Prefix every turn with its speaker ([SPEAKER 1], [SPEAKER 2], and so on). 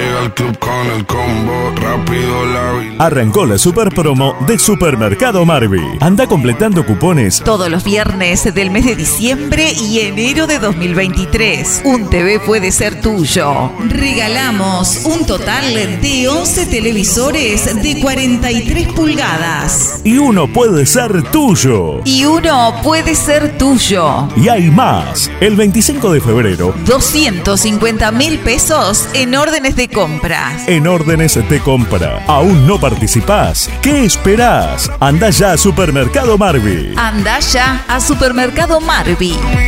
[SPEAKER 1] el club con el combo, rápido la vi-
[SPEAKER 2] Arrancó la super promo de Supermercado Marvi. Anda completando cupones
[SPEAKER 3] Todos los viernes del mes de diciembre y enero de 2023. Un TV puede ser tuyo. Regalamos un total de 11 televisores de 43 pulgadas.
[SPEAKER 2] y uno puede ser tuyo.
[SPEAKER 3] Y uno puede ser tuyo.
[SPEAKER 2] Y hay más. El 25 de febrero,
[SPEAKER 3] 250 mil pesos en órdenes de compras.
[SPEAKER 2] en órdenes de compra. ¿Aún no participás? ¿Qué esperás? Anda ya a Supermercado Marvi.
[SPEAKER 3] Anda ya a Supermercado Marvi.